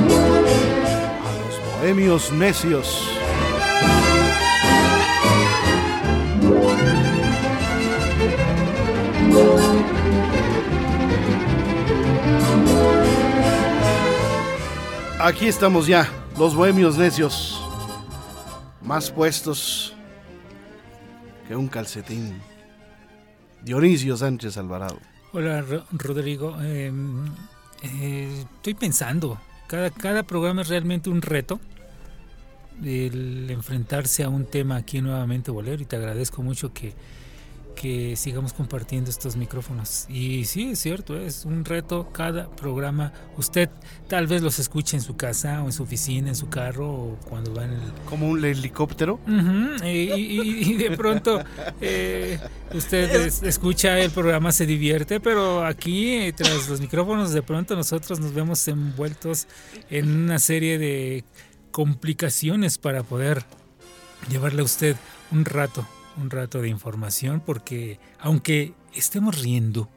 A los bohemios necios. Aquí estamos ya, los bohemios necios. Más puestos que un calcetín. Dionisio Sánchez Alvarado. Hola Ro- Rodrigo, Eh, eh, estoy pensando, cada, cada programa es realmente un reto el enfrentarse a un tema aquí nuevamente Bolero y te agradezco mucho que, que sigamos compartiendo estos micrófonos. Y sí, es cierto, es un reto cada programa. Usted tal vez los escuche en su casa o en su oficina, en su carro o cuando va en el, Como un helicóptero. Ujú, y, y- y de pronto eh, usted es- escucha el programa, se divierte, pero aquí eh, tras los micrófonos de pronto nosotros nos vemos envueltos en una serie de complicaciones para poder llevarle a usted un rato, un rato de información, porque aunque estemos riendo,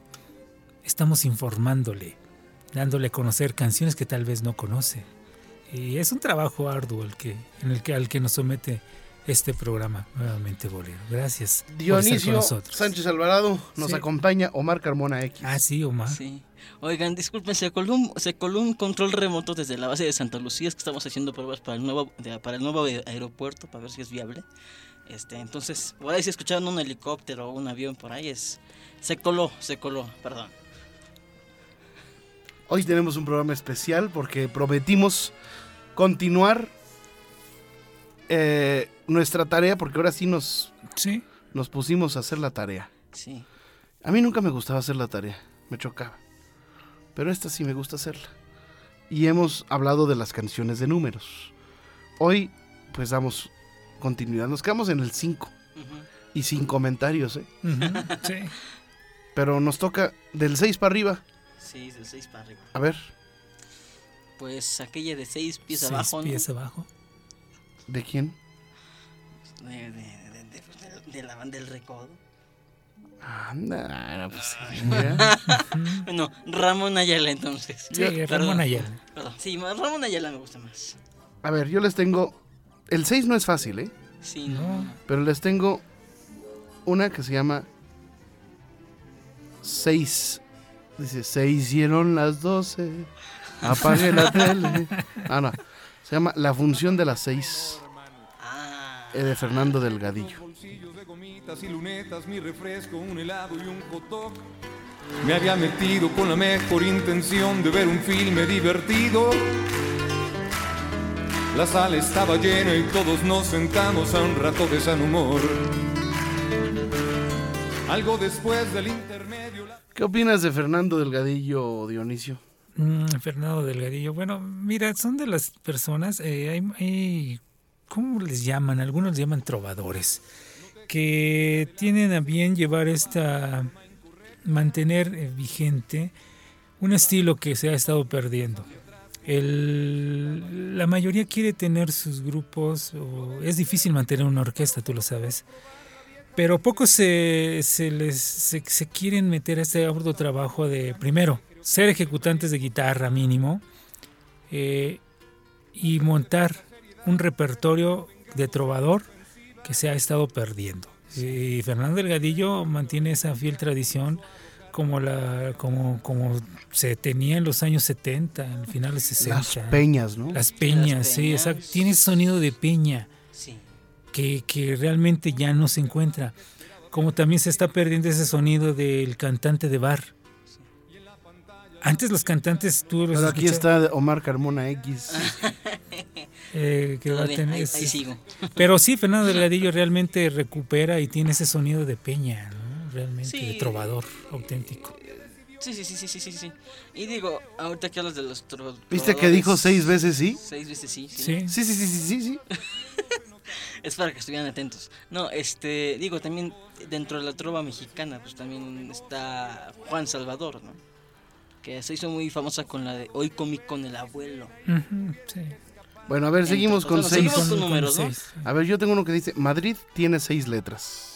estamos informándole, dándole a conocer canciones que tal vez no conoce. Y es un trabajo arduo el que, en el que, al que nos somete este programa, nuevamente Bolero. Gracias por estar con Dionisio nosotros. Sánchez Alvarado nos Sí. acompaña Omar Carmona X. Ah, sí, Omar. Sí. Oigan, disculpen, se coló, un, se coló un control remoto desde la base de Santa Lucía, es que estamos haciendo pruebas para el nuevo, de- para el nuevo aer- aeropuerto, para ver si es viable. Este, entonces, por ahí si escucharon un helicóptero o un avión por ahí, es, se coló, se coló, perdón. Hoy tenemos un programa especial porque prometimos continuar eh, nuestra tarea porque ahora sí nos, Sí. nos pusimos a hacer la tarea. Sí. A mí nunca me gustaba hacer la tarea, me chocaba. Pero esta sí me gusta hacerla. Y hemos hablado de las canciones de números. Hoy pues damos continuidad, nos quedamos en el 5 Ujú. y sin comentarios, ¿eh? Ujú, sí. Pero nos toca del 6 para arriba. Sí, del 6 para arriba. A ver, Pues aquella de 6 pies Seis abajo, ¿no? pies abajo. ¿de quién? De, de- de- de- de- de la banda del recodo. Anda, pues, mira. Bueno, Ramón Ayala entonces. Sí, Ramón Perdón, Ayala. perdón. Sí, Ramón Ayala me gusta más. A ver, yo les tengo... El 6 no es fácil, ¿eh? Sí, no. No. Pero les tengo una que se llama 6. Dice, se hicieron las 12. Apague la tele. Ah, no. Se llama La función de las 6. Ah. De Fernando Delgadillo. Bolsillos de gomitas y lunetas, mi refresco, un helado y un cotoc. Me había metido con la mejor intención de ver un filme divertido. La sala estaba llena y todos nos sentamos a un rato de san humor. Algo después del intermedio. la- ¿Qué opinas de Fernando Delgadillo, Dionisio? Mm, Fernando Delgadillo. Bueno, mira, son de las personas, eh, hay, hay- ¿cómo les llaman? Algunos les llaman trovadores, que tienen a bien llevar esta, mantener eh, vigente un estilo que se ha estado perdiendo. El- la mayoría quiere tener sus grupos, o- es difícil mantener una orquesta, tú lo sabes. Pero pocos se, se les se, se quieren meter a este arduo trabajo de, primero, ser ejecutantes de guitarra mínimo eh, y montar un repertorio de trovador que se ha estado perdiendo. Y Fernando Delgadillo mantiene esa fiel tradición como la como, como se tenía en los años 70, en finales 60. Las peñas, ¿no? Las peñas, Las sí, peñas. exacto. Tiene sonido de peña Sí. que, que realmente ya no se encuentra. Como también se está perdiendo ese sonido del cantante de bar. Antes los cantantes, tú los Pero aquí escuchabas, está Omar Carmona X. eh, que va a Todavía, tener- ahí, es- ahí sigo. Pero sí, Fernando Delgadillo realmente recupera y tiene ese sonido de peña, ¿no? realmente de Sí. trovador auténtico. Sí, sí, sí, sí, sí, sí, sí. Y digo, ahorita que hablas de los tro- ¿Viste que dijo trovadores, seis veces sí? Seis veces sí, sí. Sí. Sí, sí, sí, sí, sí, sí. Es para que estuvieran atentos. No, este, digo, también dentro de la trova mexicana, pues también está Juan Salvador, ¿no? Que se hizo muy famosa con la de Hoy comí con el abuelo. Ujú, sí. Bueno, a ver, seguimos Entonces, con bueno, seis. seguimos con números, ¿no? seis. A ver, yo tengo uno que dice, Madrid tiene seis letras.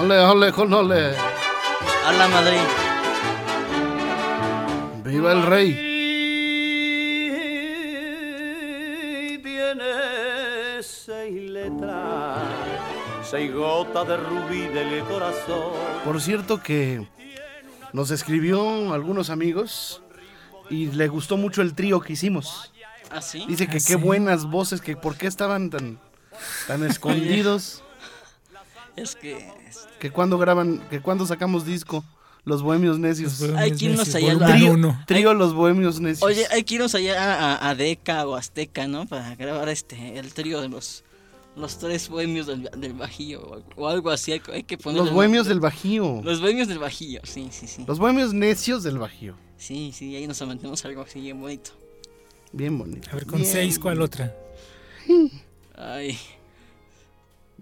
Ole, ole, con ole. A la Madrid. Viva el rey. Madrid tiene seis letras, seis gotas de rubí del corazón. Por cierto que nos escribió algunos amigos y le gustó mucho el trío que hicimos. ¿Ah, sí? Dice que Ah, sí. qué buenas voces, que por qué estaban tan, tan escondidos, Es que... es- que cuando graban, que cuando sacamos disco, los bohemios necios. Los Hay quien Bohemians nos haya- Volumen Trío- uno. Trío Los Bohemios Necios. Oye, hay que irnos allá a, a- a Deca o Azteca, ¿no? Para grabar este, el trío de los... Los tres bohemios del, del Bajío o algo- o algo así, hay que- hay que poner... los Bohemios del Bajío. Los bohemios del Bajío, sí, sí, sí. Los Bohemios Necios del Bajío. Sí, sí, ahí nos aventamos algo así bien bonito. Bien bonito. A ver, con Bien. seis, ¿cuál otra? Ay.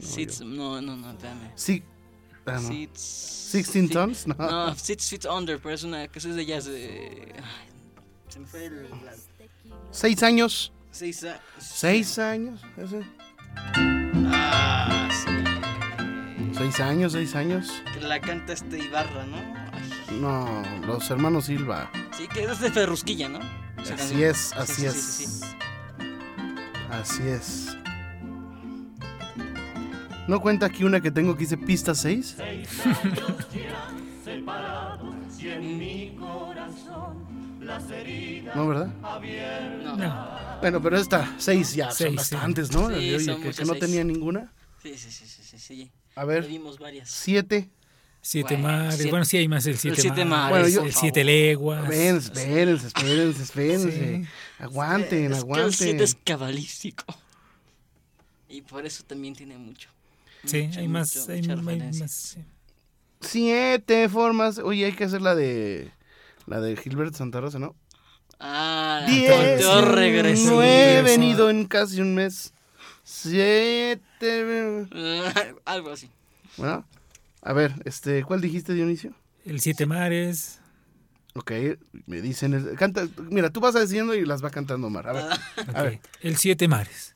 Sits, no, no, no, espérame. Sí. ah, no. Ah. Sits. ¿Sixteen sí- Tons? No. No, Six Feet Under, pero es una que es de jazz. de- ay, se me fue el. la- Seis años. seis. a- Seis años. ese. Ah, sí. Seis años, seis años. que La canta este Ibarra, ¿no? Ay, No, los hermanos Silva. sí, que es de Ferrusquilla, ¿no? Esa Así canción. es, Sí, así sí, es. sí, sí, sí. Así es. ¿No cuenta aquí una que tengo que dice pista 6? No, ¿verdad? No, No. Bueno, pero esta, seis ya, son Seis, bastantes, ¿no? sí. Sí, Oye, son que, muchas que no seis. tenía ninguna. Sí, sí, sí, sí, sí, sí. A Ya ver, Vimos varias. siete. Siete Bueno, mares. siete- Bueno, sí hay más el siete, siete mares, mares. Bueno, yo- el siete leguas. Espérense, espérense, espérense, espérense. Sí. Aguanten, Es que el aguanten. siete es cabalístico. Y por eso también tiene mucho. Sí, mucha, hay más. mucho, Hay, mucha hay referencia. más. sí. Siete formas. Oye, hay que hacer la de. La de Gilbert Santa Rosa, ¿no? Ah, Diez, volteó, regresó. nueve, regresó. venido en casi un mes. Siete. Algo así. Bueno, a ver, este, ¿cuál dijiste, Dionisio? El siete mares. Ok, me dicen. el- canta, mira, tú vas diciendo y las va cantando Omar. A ver, Ah, a ver. ok, El siete mares.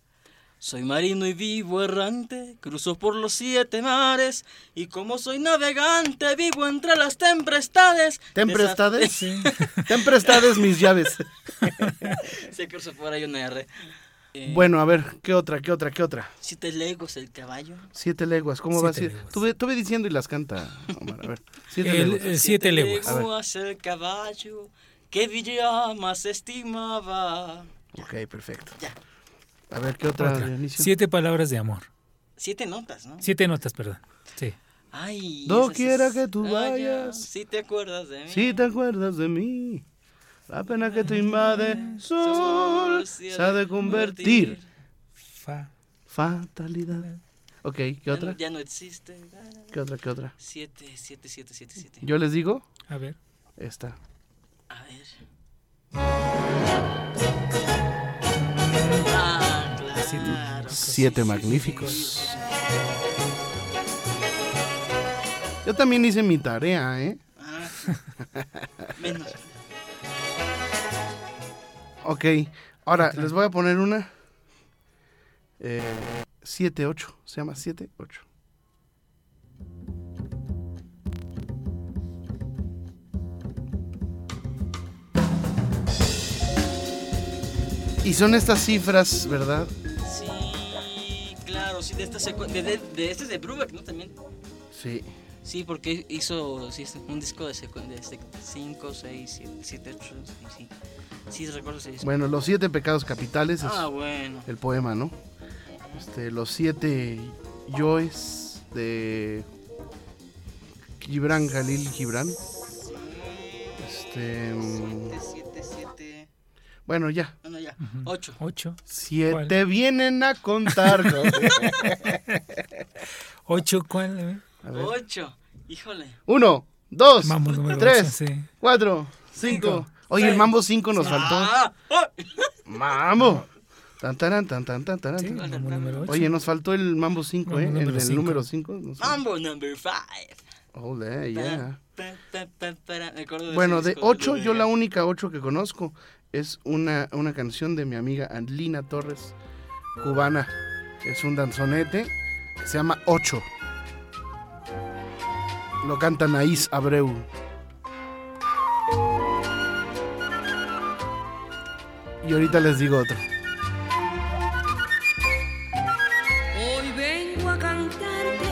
Soy marino y vivo errante, cruzo por los siete mares, y como soy navegante, vivo entre las tempestades. Tempestades, Sí. tempestades mis llaves. Desa- Se cruzó por ahí una R. Eh, Bueno, a ver, ¿qué otra, qué otra, qué otra? Siete legos el caballo. Siete leguas, ¿cómo va a Siete ser? leguas. Tú ve, tú ve diciendo y las canta, Omar, a ver. Siete El- leguas. el siete leguas. A ver. el caballo, que Villa más estimaba. Ok, perfecto. Ya. A ver, ¿qué otra, Otra. Ah, Dionisio? Siete palabras de amor. Siete notas, ¿no? Siete notas, perdón. Sí. Ay. Doquiera esas es- que tú Ah, ya. vayas. Si te acuerdas de mí. Si te acuerdas de mí, la pena que te invade sol se ha de convertir. Fa. Fatalidad. Ok, ¿qué Ya otra? no- Ya no existe. ¿Qué otra? ¿Qué otra? Siete, siete, siete, siete, siete. Yo les digo, A ver. esta. A ver. Ah, claro. Siete magníficos. Yo también hice mi tarea, ¿eh? Ah, menos. Ok, ahora les voy a poner una. Eh, 7-8, se llama 7-8. Y son estas cifras, ¿verdad? Sí, claro, sí, de esta secue- de, de, de este es de Brubeck, ¿no? También. Sí. Sí, porque hizo sí, este, un disco de 5, 6, 7, 8, sí. Sí, recuerdo ese disco. Bueno, los siete pecados capitales es ah, bueno. el poema, ¿no? Este, los siete yoes de Gibran Jalil Gibran. Este, mm, 7, 7, 7. Bueno, ya. Bueno, ya. Ocho. Ocho. Siete ¿Cuál? vienen a contar. güey. Ocho, ¿cuál? eh? A ver. Ocho. Híjole. Uno, dos, Vamos, número ocho, Pues, tres, sí. cuatro, cinco. Cinco, Oye, el mambo cinco nos faltó. Ah, ah. ¡Mambo! Tan, taran, tan, tan, tan, taran, Sí, tan. vamos, número ocho. Oye, nos faltó el mambo 5, Mambo ¿eh? El número del cinco. Ah. número 5. Mambo number five. Ole, Pa, Oh, yeah. pa, pa, pa, para. Me acuerdo Bueno, ese de disco, 8, de- yo la única 8 que conozco es una, una canción de mi amiga Anlina Torres, cubana. Es un danzonete que se llama 8. Lo canta Naís Abreu. Y ahorita les digo otro. Hoy vengo a cantarte,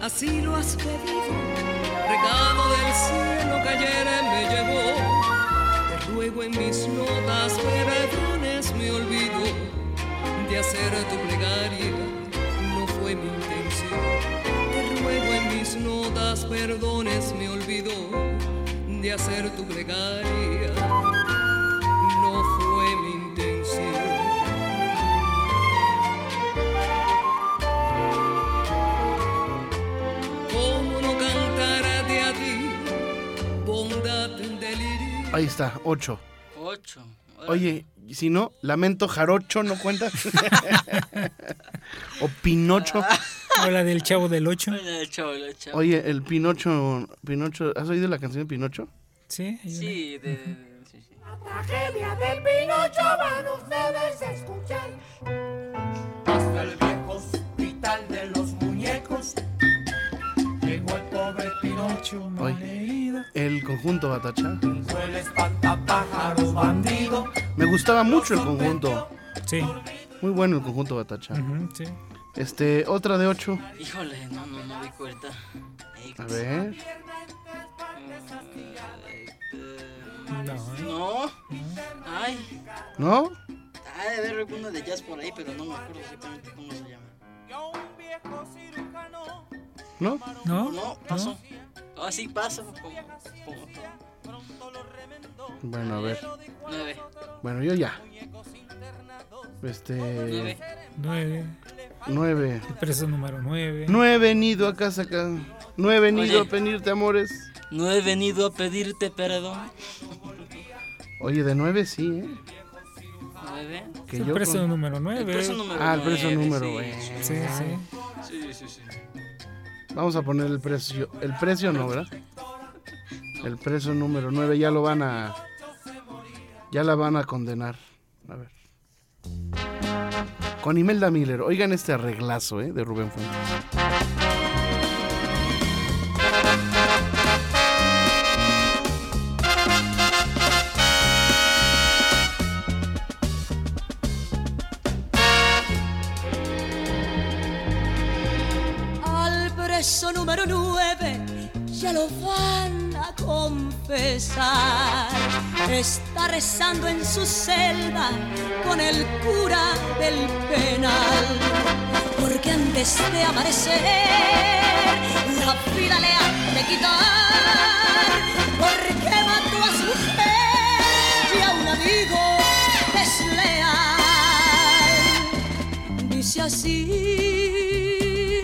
así lo has pedido. Recado del cielo que ayer me llevó. Te ruego en mis notas me perdones mi olvido de hacer tu plegaria. No fue mi intención. Te ruego en mis notas perdones mi olvido de hacer tu plegaria. No fue mi intención. ¿Cómo no cantarte a ti, bondad en delirio? Ahí está, 8. Ocho. Ahora, Oye, y si no, Lamento Jarocho no cuenta. o Pinocho. O la del chavo del ocho. el chavo, el chavo. Oye, el Pinocho, Pinocho, ¿has oído la canción de Pinocho? Sí, hay una. Sí, de. de- de- sí, sí. tragedia del Pinocho van ustedes a escuchar. Hasta el viejo hospital de los muñecos llegó el pobre Pinocho malherido. El conjunto Batacha. Fue el espantapájaros bandido. Me gustaba mucho el conjunto. Sí. Muy bueno el conjunto Batacha. ujú, sí. Este, otra de 8. Híjole, no, no, no vi cuenta. Ey, A ver. eh, No, eh. No. Ay. ¿No? Ha de haber alguna de jazz por ahí, pero no me acuerdo exactamente cómo se llama. ¿No? No, No, paso. Ah, sí, paso. Como- como- como- Bueno, a ver. Nueve. Bueno, yo ya. Este. Nueve. Nueve. 9. Preso número nueve. No he venido a casa acá. No he venido Oye. a pedirte amores. No he venido a pedirte perdón. Oye, de 9 sí, ¿eh? Nueve. Que El yo preso con- número nueve. El preso número Ah, el preso nueve, número, sí, güey. sí, Sí, sí. Sí, sí, sí. Vamos a poner el precio. El precio no, ¿verdad? El precio número 9 ya lo van a. Ya la van a condenar. A ver. Con Imelda Miller. Oigan este arreglazo, ¿eh? De Rubén Fuentes. Al preso número 9 ya lo van a confesar. Está rezando en su celda con el cura del penal. Porque antes de amanecer, la vida le han de quitar. Porque mató a su mujer y a un amigo desleal dice así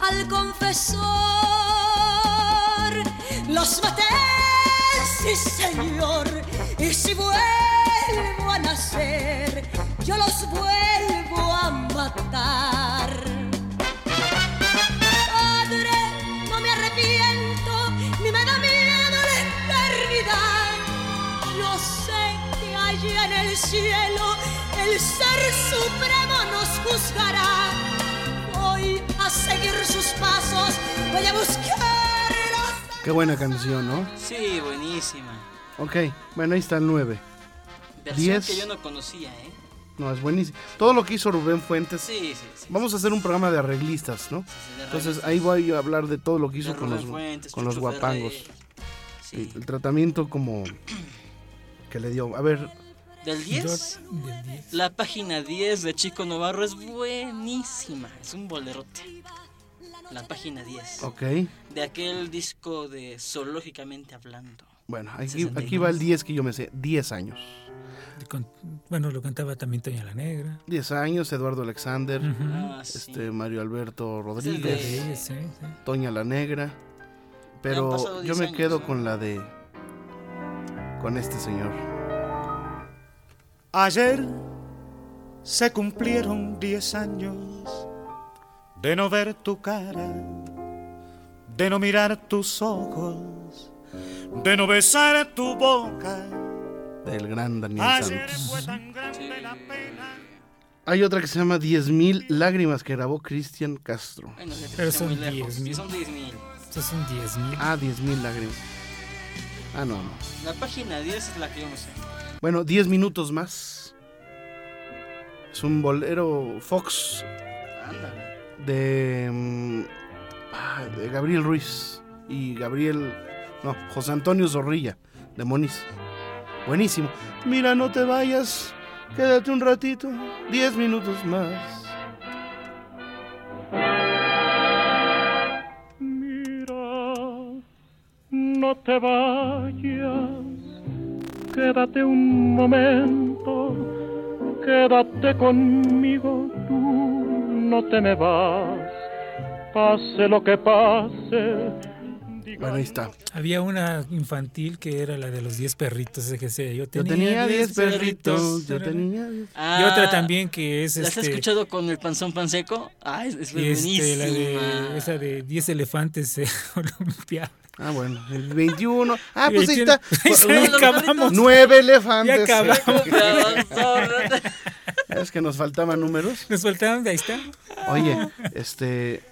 al confesor los maté sí señor y si vuelvo a nacer yo los vuelvo a matar Padre, no me arrepiento, ni me da miedo la eternidad. Yo sé que allá en el cielo el Ser Supremo nos juzgará. Voy a seguir sus pasos, voy a buscar los Qué buena canción, ¿no? Sí, buenísima. Ok, bueno, ahí está el 9. Versión Diez. que yo no conocía, ¿eh? No, es buenísimo. Todo lo que hizo Rubén Fuentes. Sí, sí, sí. Vamos a hacer un programa de arreglistas, ¿no? sí, de Entonces Rubén- ahí voy yo a hablar de todo lo que de hizo con Rubén los, Fuentes, con los Chucho guapangos. Ferrer. El, Sí. el tratamiento como que le dio. A ver, Del 10, Del diez. la página 10 de Chico Novarro es buenísima. Es un bolerote. La página 10. ok. De aquel disco de Zoológicamente Hablando. Bueno, aquí, aquí va el 10 que yo me sé, 10 años. Con- bueno, lo cantaba también Toña la Negra. 10 años, Eduardo Alexander, Ah, sí. este Mario Alberto el de- Rodríguez, Sí, sí, sí. Toña la Negra. Ya han Pero pasado yo 10 me años, quedo ¿no? con la de. con este señor. Ayer se cumplieron 10 años de no ver tu cara, de no mirar tus ojos, de no besar tu boca. Del gran Daniel Ah, Ayer Santos. fue tan grande la pena. Hay otra que se llama 10.000 lágrimas que grabó Cristian Castro. Bueno, ya te Pero fuiste son muy lejos. 10,000. Sí, son 10.000. Estos son 10 mil. Ah, 10.000 lágrimas. Ah, no, no. La página 10 es la que yo no sé. Bueno, 10 minutos más. Es un bolero Fox Ándale. de, mm, ah, de Gabriel Ruiz y Gabriel, no, José Antonio Zorrilla de Moniz. Buenísimo. Mira, no te vayas, quédate un ratito, 10 minutos más. Mira, no te vayas, quédate un momento, quédate conmigo, tú no te me vas, pase lo que pase. Bueno, ahí está. Había una infantil que era la de los 10 perritos. ese que decía, yo Yo tenía, tenía 10 diez perritos, yo tenía 10. Y otra Ah, también que es ¿Las has este, escuchado con el panzón panseco? Ah, es, es y este, buenísima. la de esa de 10 elefantes eh, olimpiados. Ah, bueno, el 21. Ah, pues ahí está. Ahí se Los acabamos. Nueve Ya elefantes. acabamos. Es que nos faltaban números. Nos faltaron, ahí está. Oye, este.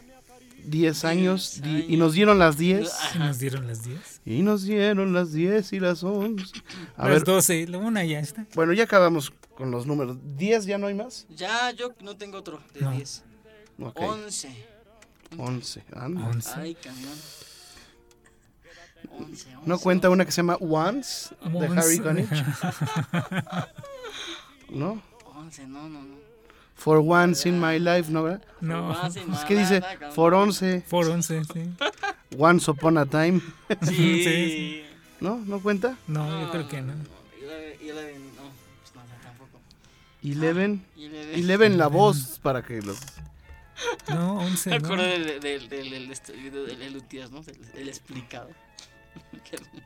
10 años, Diez di- y años. nos dieron las 10. Y nos dieron las 10. Y nos dieron las 10 y las 11. A las ver, 12, la una ya está. bueno, ya acabamos con los números. 10 ya no hay más. ya, yo no tengo otro de No. 10. Ok, 11. 11. anda. 11. Ay, cañón. 11, 11. ¿No cuenta una que se llama Once de Harry Once. Connick? ¿No? 11, no, no, no. For Once in My Life, ¿no? verdad? No, Más y Es que dice nada, cabrón. For Once, por 11, sí. Once Upon a Time. Sí. Sí. ¿No? ¿No cuenta? No, yo creo que no. Y la de- y la de- no, pues no, no, tampoco. Eleven. Y la de- Eleven la voz para que los. No, Me 11. acuerdo No. del, del, del, del, este video del Elutias, ¿no? Del, del explicado.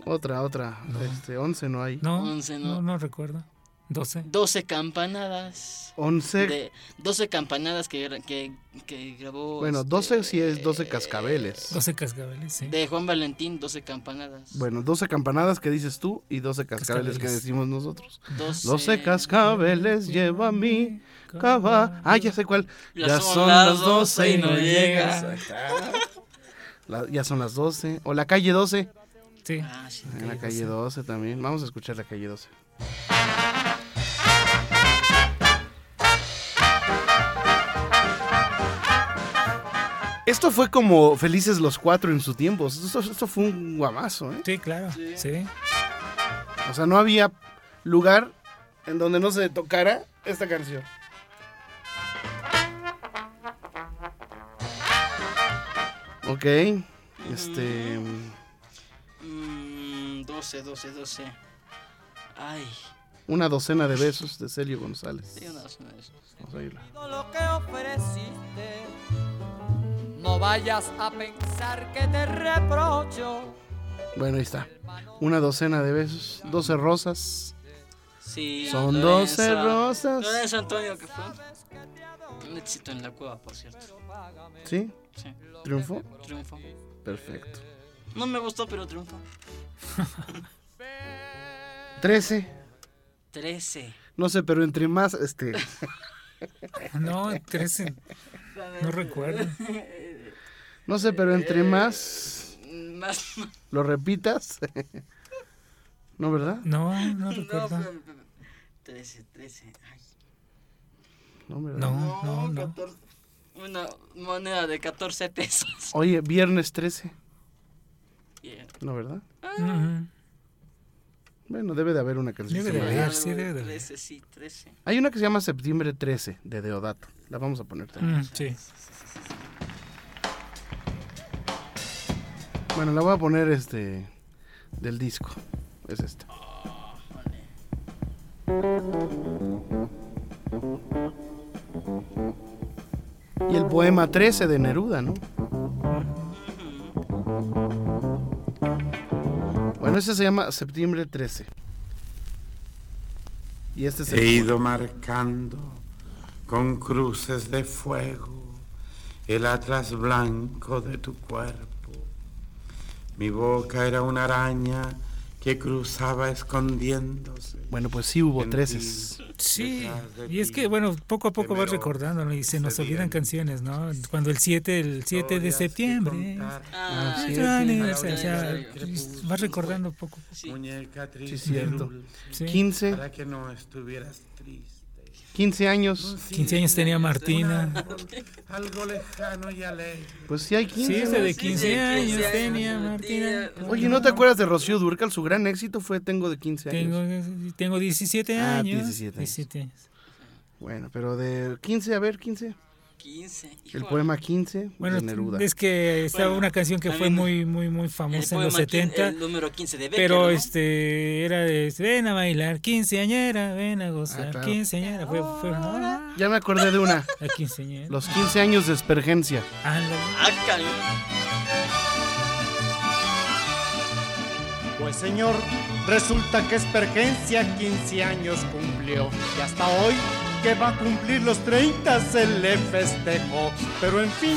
Otra, otra. Este, 11 no hay. No, Once, no. no, no recuerdo. 12. 12 campanadas. 11. De 12 campanadas que, gra- que, que grabó. Bueno, este, 12 sí es 12 cascabeles. 12 cascabeles, sí. De Juan Valentín, 12 campanadas. Bueno, 12 campanadas que dices tú y 12 cascabeles que Cascabeles. decimos nosotros. 12, 12 cascabeles lleva mi cava. Ah, ya sé cuál. Ya son las 12 y no llegas. llegas. La- ya son las 12. O la calle 12. Sí. Ah, sí. En la calle 12 también. Vamos a escuchar la calle 12. Esto fue como Felices los Cuatro en su tiempo. Esto, esto fue un guamazo, ¿eh? Sí, claro. Sí. O sea, no había lugar en donde no se tocara esta canción. Ok. Este. Mm, 12, 12, 12. Ay, Una docena de besos de Celio González. sí, una docena de esos. Vamos a oírla. lo que ofreciste. No vayas a pensar que te reprocho. Bueno, ahí está. Una docena de besos, 12 rosas. Sí, Son Lorenza- 12 rosas. Lorenzo Antonio, que fue un éxito en la cueva, por cierto. ¿Sí? Sí, ¿Triunfo? triunfo. Perfecto. No me gustó, pero triunfo. 13. 13. No sé, pero entre más, este. No, 13. No recuerdo. No sé, pero entre más Más. lo repitas. ¿No, verdad? No, no No, recuerdo. pero- 13, 13. Ay. No, ¿verdad? No, no, no. 14. Una moneda de 14 pesos. Oye, viernes 13. Yeah. ¿No, verdad? Ujú. Bueno, debe de haber una canción. Debe de similar. haber. sí, debe de haber. 13, sí, 13. Hay una que se llama Septiembre 13 de Deodato. La vamos a poner también. Mm, Sí. Bueno, la voy a poner este. del disco. Es esta. Y el poema 13 de Neruda, ¿no? Bueno, ese se llama Septiembre 13. Y este es el He ido marcando con cruces de fuego el atlas blanco de tu cuerpo. Mi boca era una araña que cruzaba escondiéndose. Bueno, pues sí hubo 13. Sí, y es que, bueno, poco a poco vas recordando ¿no? y se nos olvidan canciones, ¿no? Cuando el 7, el 7 de septiembre, Ah, es sí, tu sí. aniversario, o sea, Aniversario. vas recordando poco. Muñeca triste. cierto. dulce, Sí. 15. Para que no estuvieras triste. 15 años. 15 años tenía Martina. Algo lejano y alegre. Pues sí hay 15. Sí, ese de 15 años años tenía tenía Martina. Oye, ¿no te acuerdas de Rocío Durcal? Su gran éxito fue Tengo de 15 años. Tengo, eh, tengo 17 Ah, años. 17 años. 17 años. Bueno, pero de 15, a ver, 15. 15. El poema 15 Bueno, de Neruda. es que estaba Bueno, una canción que fue también muy, muy, muy famosa en poema los quin- 70. el número 15 de Becker, Pero ¿no? este, era de, ven a bailar, quinceañera, ven a gozar, Ah, claro. quinceañera. Fue, fue, la Ya me acordé de una. quinceañera. Los 15 años de espergencia. Ándale. Ah, cañón. Pues señor, resulta que Espergencia 15 años cumplió y hasta hoy que va a cumplir los 30 se le festejó. Pero en fin,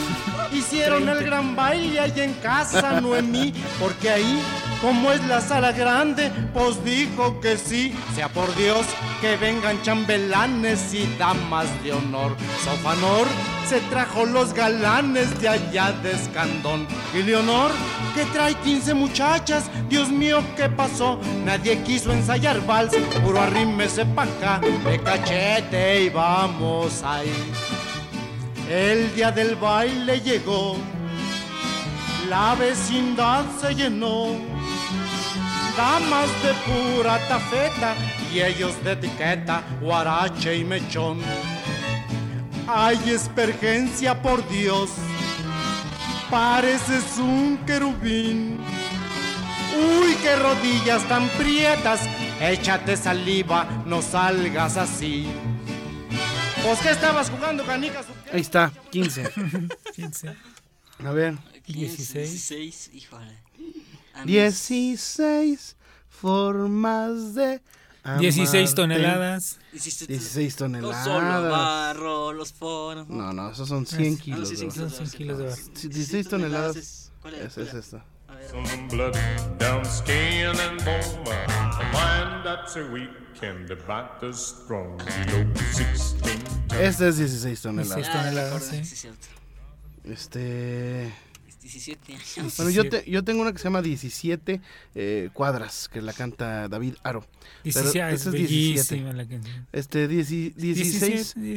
hicieron el gran baile allí en casa, Noemí, porque ahí, como es la sala grande, pues dijo que sí, sea por Dios que vengan chambelanes y damas de honor. Sofanor se trajo los galanes de allá de Escandón. Y Leonor, que trae 15 muchachas, Dios mío, ¿qué pasó? Nadie quiso ensayar vals, puro arrímese pa' acá, de cachete y vamos ahí. El día del baile llegó, la vecindad se llenó, damas de pura tafeta y ellos de etiqueta, guarache y mechón. Hay espergencia por Dios, pareces un querubín. Uy, qué rodillas tan prietas, échate saliva, no salgas así. Pues que estabas jugando canicas. Ahí está, 15. 15, A ver. 15, 16. 16, híjole. A mí- 16 formas de. amarte. 16 toneladas. hiciste tú- 16 No solo toneladas. barro, los formas. No, no, esos son Ah, 100 kilos. sí, sí, bro. sí, sí, 100 kilos de barro. Sí, 16 toneladas. es- ¿Cuál era? Esa ¿Cuál es era? esta. A ver. Some blood down skin and bone. A mind that's a weak and about as strong. Below 16 Esta Este es 16 16 toneladas. Ah, ya me toneladas, acordé, sí. sí, es cierto. Este. Es 17 años. Bueno, yo, te- yo tengo una que se llama 17 eh, cuadras, que la canta David Aro. Pero 16, ah, es esa es 17. bellísima la canción. Este, 16. 17,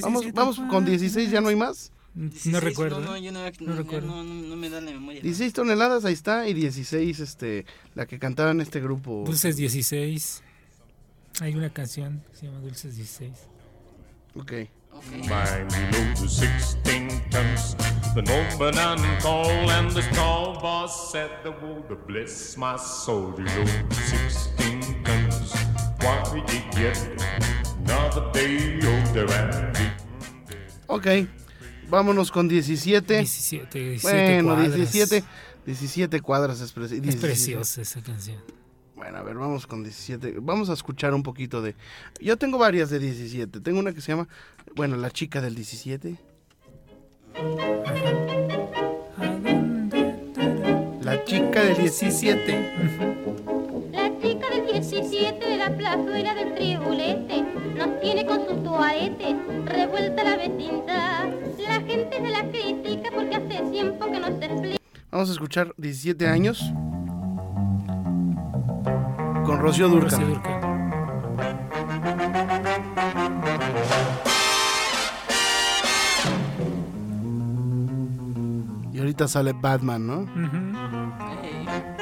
vamos, 17 vamos con 16, ya no hay más. No 16, recuerdo. No, no, ¿eh? yo no, No recuerdo. recuerdo. No, no- no me da la memoria. 16 toneladas, ahí está, y 16, este, la que cantaba en este grupo. Dulces 16. Hay una canción que se llama Dulces 16. Ok. Ok. Mind below 16 tons. The noble nun called and the tall boss said the word to bless my soul below 16 tons. Why did you get another day of the rabbit? Ok, vámonos con 17. 17, 17 bueno, cuadras. 17. 17 cuadras es, preci- Es 17. preciosa esa canción. Bueno, a ver, vamos con 17. Vamos a escuchar un poquito de... Yo tengo varias de 17. Tengo una que se llama, bueno, La chica del 17. La chica del 17. La chica del 17 era plazuela del tribulete, nos tiene con sus toaretes revuelta la vecindad. La gente se la critica porque hace tiempo que no se explica. Vamos a escuchar 17 años. Con Rocío Durca. Rocío Durcal. Y ahorita sale Batman, ¿no? Ujú.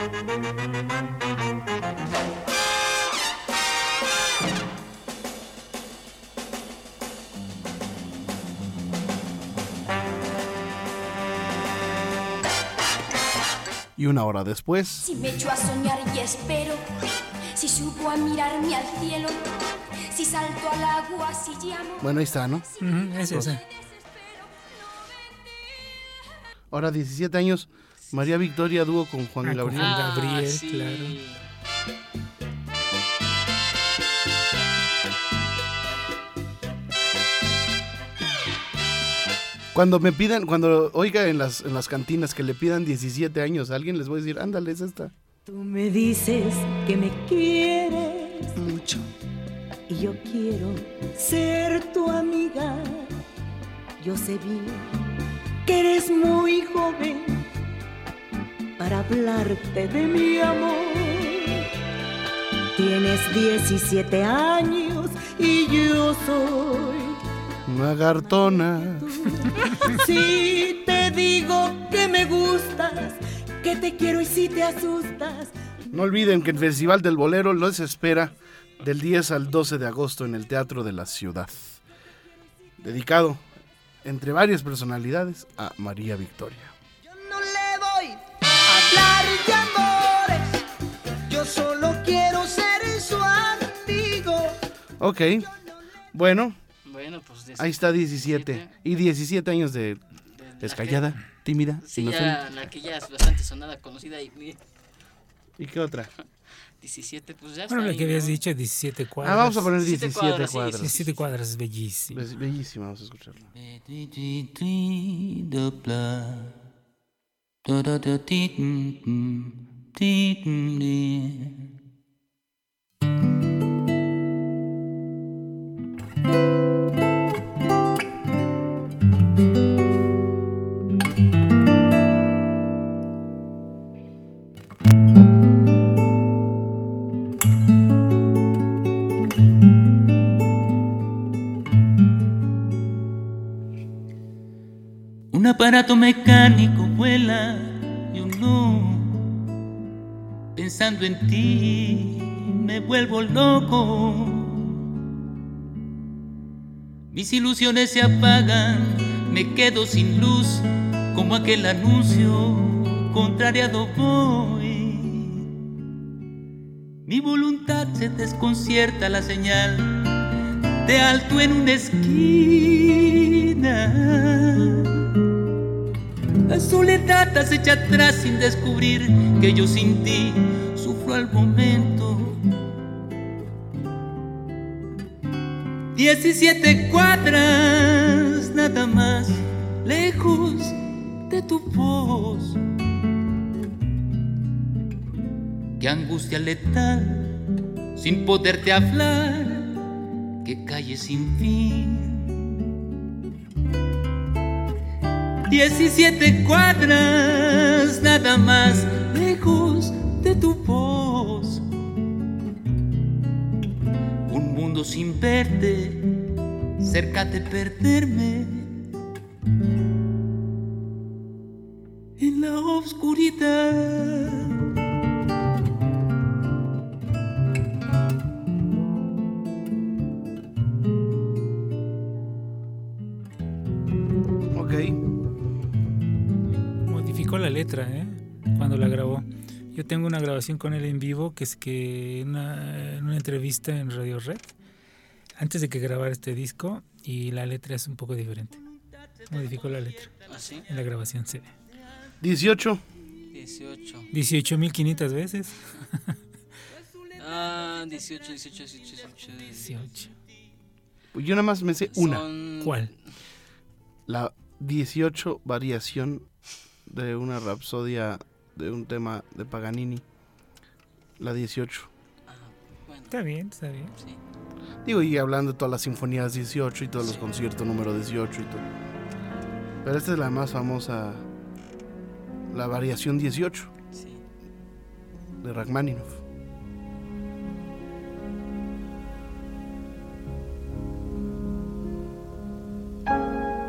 Y una hora después, Si me echo a soñar y espero, si subo a mirarme al cielo, si salto al agua, si llamo. bueno, ahí está, ¿no? Ujú, ese, ese. Ahora 17 años, María Victoria dúo con Ah, Juan con Gabriel. Juan Gabriel, claro. Cuando me pidan, cuando oiga en las, en las cantinas que le pidan 17 años a alguien, les voy a decir, ándale, es esta. Tú me dices que me quieres mucho y yo quiero ser tu amiga. Yo sé bien que eres muy joven para hablarte de mi amor. Tienes 17 años y yo soy Una gartona. Si te digo que me gustas, que te quiero y si te asustas, No olviden que el Festival del Bolero los espera del 10 al 12 de agosto en el Teatro de la Ciudad. Dedicado, entre varias personalidades, a María Victoria. No le voy a hablar de amores, yo solo quiero ser su amigo. Ok, bueno, Bueno, pues ahí está 17. Y 17 años de descallada, tímida, Sí, ya, inocente. la que ya es bastante sonada, conocida y y ¿Y qué otra? 17, pues ya Bueno, está lo ahí, que habías ¿no? dicho, 17 cuadras. Ah, vamos a poner 17 cuadras. 17 cuadras, es bellísimo. Es bellísima, vamos a escucharla. Un aparato mecánico vuela y un no. Pensando en ti me vuelvo loco. Mis ilusiones se apagan, me quedo sin luz, como aquel anuncio contrariado voy. Mi voluntad se desconcierta la señal de alto en una esquina. La soledad acecha atrás sin descubrir que yo sin ti sufro al momento. 17 cuadras nada más lejos de tu voz. Qué angustia letal sin poderte hablar, que calle sin fin. 17 cuadras nada más lejos de tu voz. Un mundo sin verte, cerca de perderme. En la oscuridad. Ok. Modificó la letra, ¿eh? Cuando la grabó. Yo tengo una grabación con él en vivo, que es que en una, en una entrevista en Radio Red, antes de que grabara este disco, y la letra es un poco diferente. Modificó la letra. ¿Ah, sí? En la grabación se ve. 18. 18. 18.500 veces. Ah, 18, 18, 18, 18. 18. Yo nada más me sé una. Son- ¿Cuál? La 18 variación de una rapsodia de un tema de Paganini. La 18. Está bien, está bien. Digo, y hablando de todas las sinfonías 18 y todos los conciertos número 18 y todo. Pero esta es la más famosa. La variación 18. De Rachmaninoff.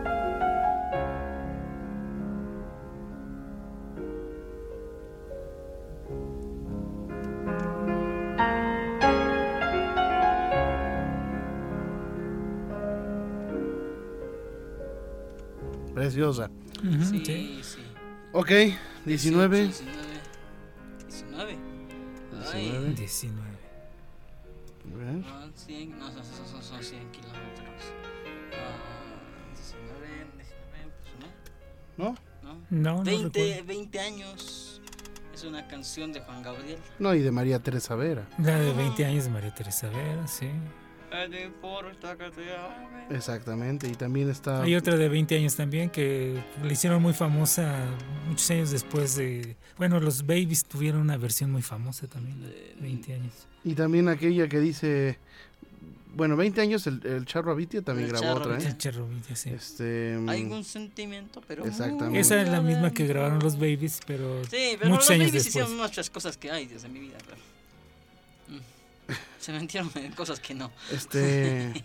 Preciosa. Ujú, Sí, sí. Ok, 19. ¿eh? 19. 19. 19. A ver. Son 100, no, son, son, son- son 100 kilómetros. Ah, 19, 19, ¿No? pues no. No, no 20, 20 años. Es una canción de Juan Gabriel. No, y de María Teresa Vera. La de 20 años de María Teresa Vera, sí. Mm. Exactamente, y también está... Hay otra de 20 años también que le hicieron muy famosa muchos años después de... Bueno, los Babies tuvieron una versión muy famosa también, de 20 años. Y también aquella que dice, bueno, 20 años el, el Charro Abitia también El Charro grabó otra, ¿eh? Abitia, el Charro Abitia, sí. Este, mm, Hay un sentimiento, pero. Exactamente. Esa es la misma que grabaron los Babies, pero, Sí, pero muchos los años babies después. hicieron muchas cosas que hay desde mi vida, pero. Mm. Se metieron en cosas que no. este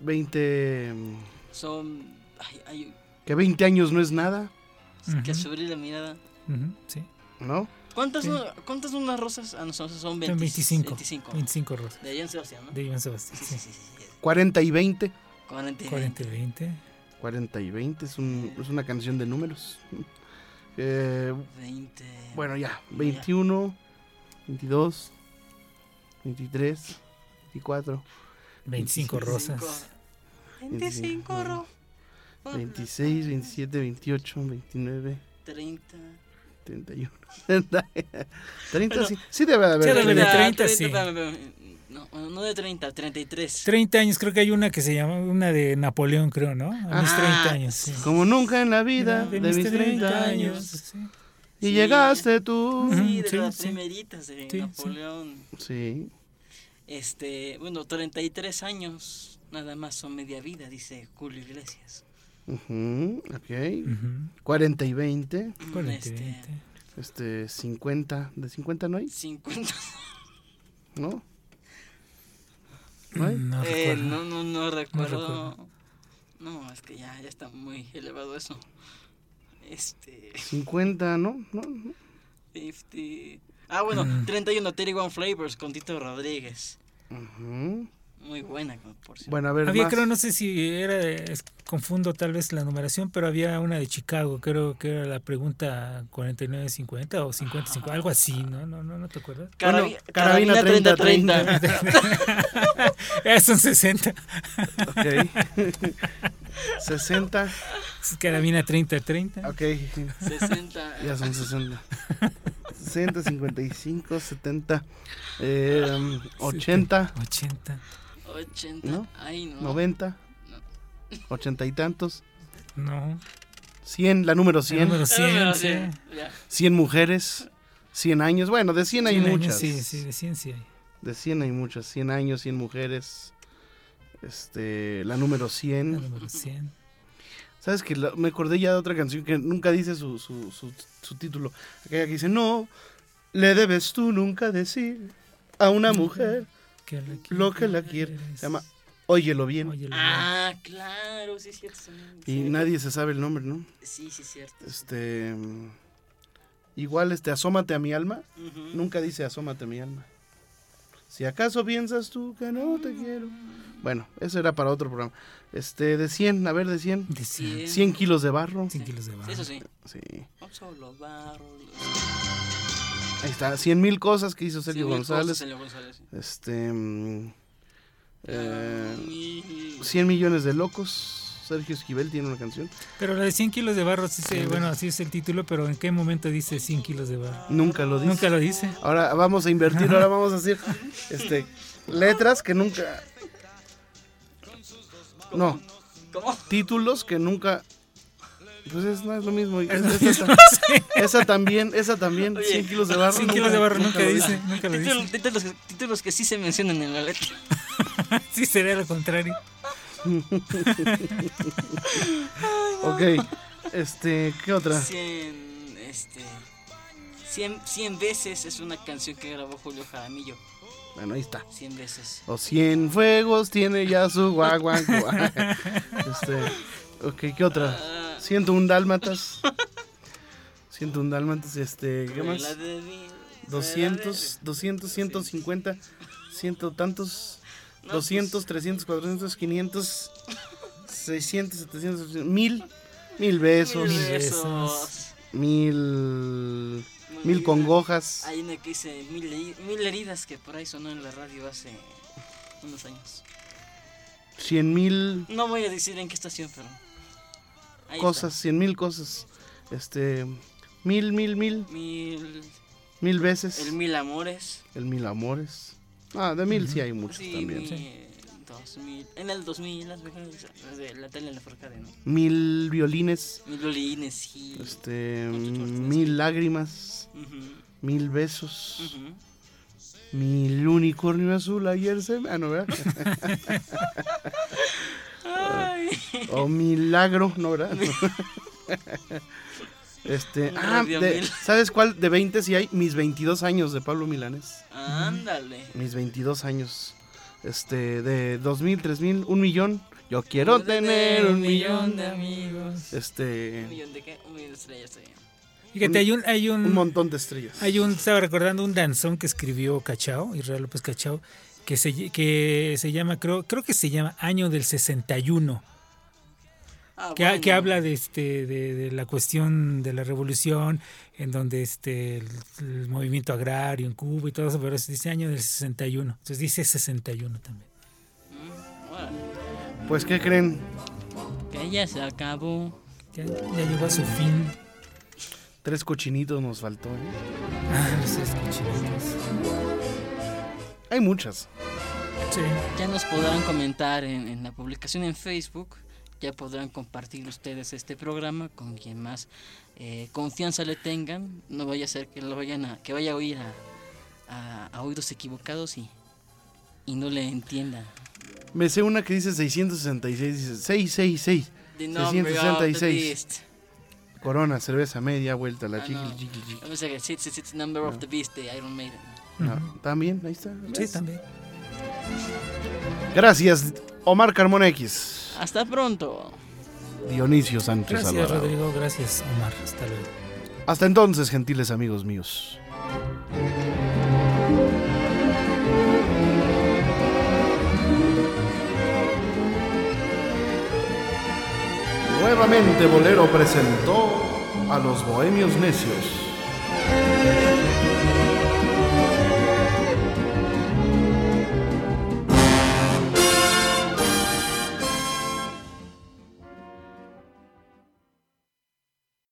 20 mm, Son. Ay, ay, que 20 años no es nada, que subir la mirada. sí. ¿no? ¿Cuántas, Sí. no- ¿Cuántas unas rosas? Ah, no, son, son 20, Son 25, 25. 25 rosas. De Jan Sebastián, ¿no? De Iván Sebastián, sí. 40 y 20. 40 y 40 y 20. 40 y 20 es, un- es una canción de números. Eh, Bueno, ya. 21, 22, 23, 24. 25 rosas. 25 ro- 26, 27, 28, 29, 30. 31. 30, sí, Bueno, sí debe de haber. sí debe de alguna. 30, sí. espérame, espérame. No, no de 30, 33. 30 años, creo que hay una que se llama, una de Napoleón, creo, ¿no? A Ah, mis 30 años. sí. Como nunca en la vida De de, mis mis 30, 30 años. años, Y llegaste tú. Sí, de sí, las sí. primeritas de Sí, Napoleón. Sí. Este, bueno, 33 años, nada más son media vida, dice Julio Iglesias. Ujú, ok. 40 y 20. 40 y Este- Este, 50. ¿De 50 no hay? 50. ¿No? Mm. No Eh, recuerdo. no, no, no recuerdo. recuerdo. No, es que ya, ya está muy elevado eso. Este, 50, ¿no? No, no. 50. Ah, bueno, Mm. 31 31 Flavors con Tito Rodríguez. Ujú. Muy buena, como por cierto. Bueno, a ver. había, más. creo, no sé si era, es- confundo tal vez la numeración, pero había una de Chicago, creo que era la pregunta 49-50 o 50-50, algo así, ¿no? ¿no? ¿No no te acuerdas? Carabi- Bueno, carabina carabina 30-30. 30-30. Eh, son 60. Ok. 60. Carabina 30-30. Ok. 60. Ya son 60. 60, 55, 70, eh, 80, 80, 80. ¿no? Ay, no. 90, 80 y tantos, No. 100, la número 100. número Ah, 100, La número sí. 100, ya. 100 mujeres, 100 años. Bueno, de 100 hay 100 años, muchas. Sí, sí, de ciencia. De 100 hay muchas. 100 años, 100 mujeres. Este, la número 100. número 100. ¿Sabes que Me acordé ya de otra canción que nunca dice su, su, su, su título. Aquella que dice, no, le debes tú nunca decir a una mujer lo que la quiere. Se llama Óyelo Bien. Ah, claro, sí, es cierto. sí, Y nadie se sabe el nombre, ¿no? Sí, sí, es cierto. Este... mm, Igual, este, asómate a mi alma. Ujú. Nunca dice asómate a mi alma. Si acaso piensas tú que no te quiero. Bueno, eso era para otro programa. Este, de 100, a ver, de 100. De 100. 100 kilos de barro. 100 kilos de Eso sí. Sí. Un solo barro. Ahí está, 100 mil cosas que hizo Sergio 100,000 cosas, González. Sergio González, sí. Este. mm, eh, mil. 100 millones de locos. Sergio Esquivel tiene una canción. Pero la de 100 kilos de barro, sí, se- Sí. bueno, así es el título, pero ¿en qué momento dice 100 kilos de barro? Nunca lo dice. Nunca lo Ah, dice. Ahora vamos a invertir, ahora vamos a hacer este, letras que nunca. No. Títulos que nunca. Pues es, no es lo mismo. Es- esa, esa también, esa también. 100 kilos de barro. 100 kilos de barro nunca lo dice, nunca lo Título- dice. Títulos, que- títulos que sí se mencionan en la letra. sí, sería lo contrario. Ok. Este, ¿qué otra? 100, este, 100, 100 veces es una canción que grabó Julio Jaramillo. Bueno, ahí está. 100 veces. O 100 fuegos tiene ya su guaguan. este, ok, ¿qué otra? 101 dálmatas. 101 dálmatas, este, ¿qué más? La de mi- 200, 200, 150, ciento tantos, pues, 200, 300, 400, 500, 600, 700, 800, 1000, 1000 besos. Mil besos. Mil mil congojas. Hay una que dice mil, heri- mil heridas que por ahí sonó en la radio hace unos años. Cien mil No voy a decir en qué estación, pero. ahí cosas, cien mil cosas. Este, mil, mil, mil. está. Mil. Mil veces. El mil amores. El mil amores. Ah, de mil sí hay muchos Sí, también. mil, dos mil. En el 2000, las mujeres. las de La tele en la forcade, ¿no? Mil violines. Mil violines, sí. Este, mil lágrimas. Ujú. Mil besos. Ujú. Mil unicornio azul ayer se... Ah, no, ¿verdad? Ah. Ay. o milagro, ¿no, verdad? este, Un ah, radio de- mil. ¿sabes cuál? De 20 sí hay mis 22 años de Pablo Milanés. Ándale. Mis 22 años. Este, de 2000, 3000, un millón. Yo quiero tener un millón de amigos. Este, ¿Un millón de qué? Un millón de estrellas, sí. Fíjate, hay un, hay un, montón de estrellas. Mm. Hay un, estaba recordando un danzón que escribió Cachao, Israel López Cachao, que se, ll- que se llama, creo, creo que se llama Año del 61. Ah, que, ha- que bueno. habla de este de, de la cuestión de la revolución en donde este el, el movimiento agrario en Cuba y todo eso pero se dice año del 61 entonces dice 61 también pues qué creen Que ya se acabó. Ya, ya llegó a su fin. Tres cochinitos nos faltó. ¿eh? Hay muchas. Ya nos podrán comentar en, en la publicación en Facebook. Ya podrán compartir ustedes este programa con quien más eh, confianza le tengan. No vaya a ser que lo vayan a, que vaya a oír a, a- a oídos equivocados y, y no le entienda. Me sé una que dice 666, dice 666. The number of the beast. Corona, cerveza media, vuelta, la Ah. Ah, chiqui, no. chiqui, chiqui. Vamos a ver, It's, it's- it's number of No. the beast de Iron Maiden. No, También, ahí está. Sí, también. Gracias, Omar Carmona X, Hasta pronto. Dionisio Sánchez gracias Alvarado. Rodrigo gracias Omar hasta luego Hasta entonces, gentiles amigos míos. Nuevamente Bolero presentó a los Bohemios Necios.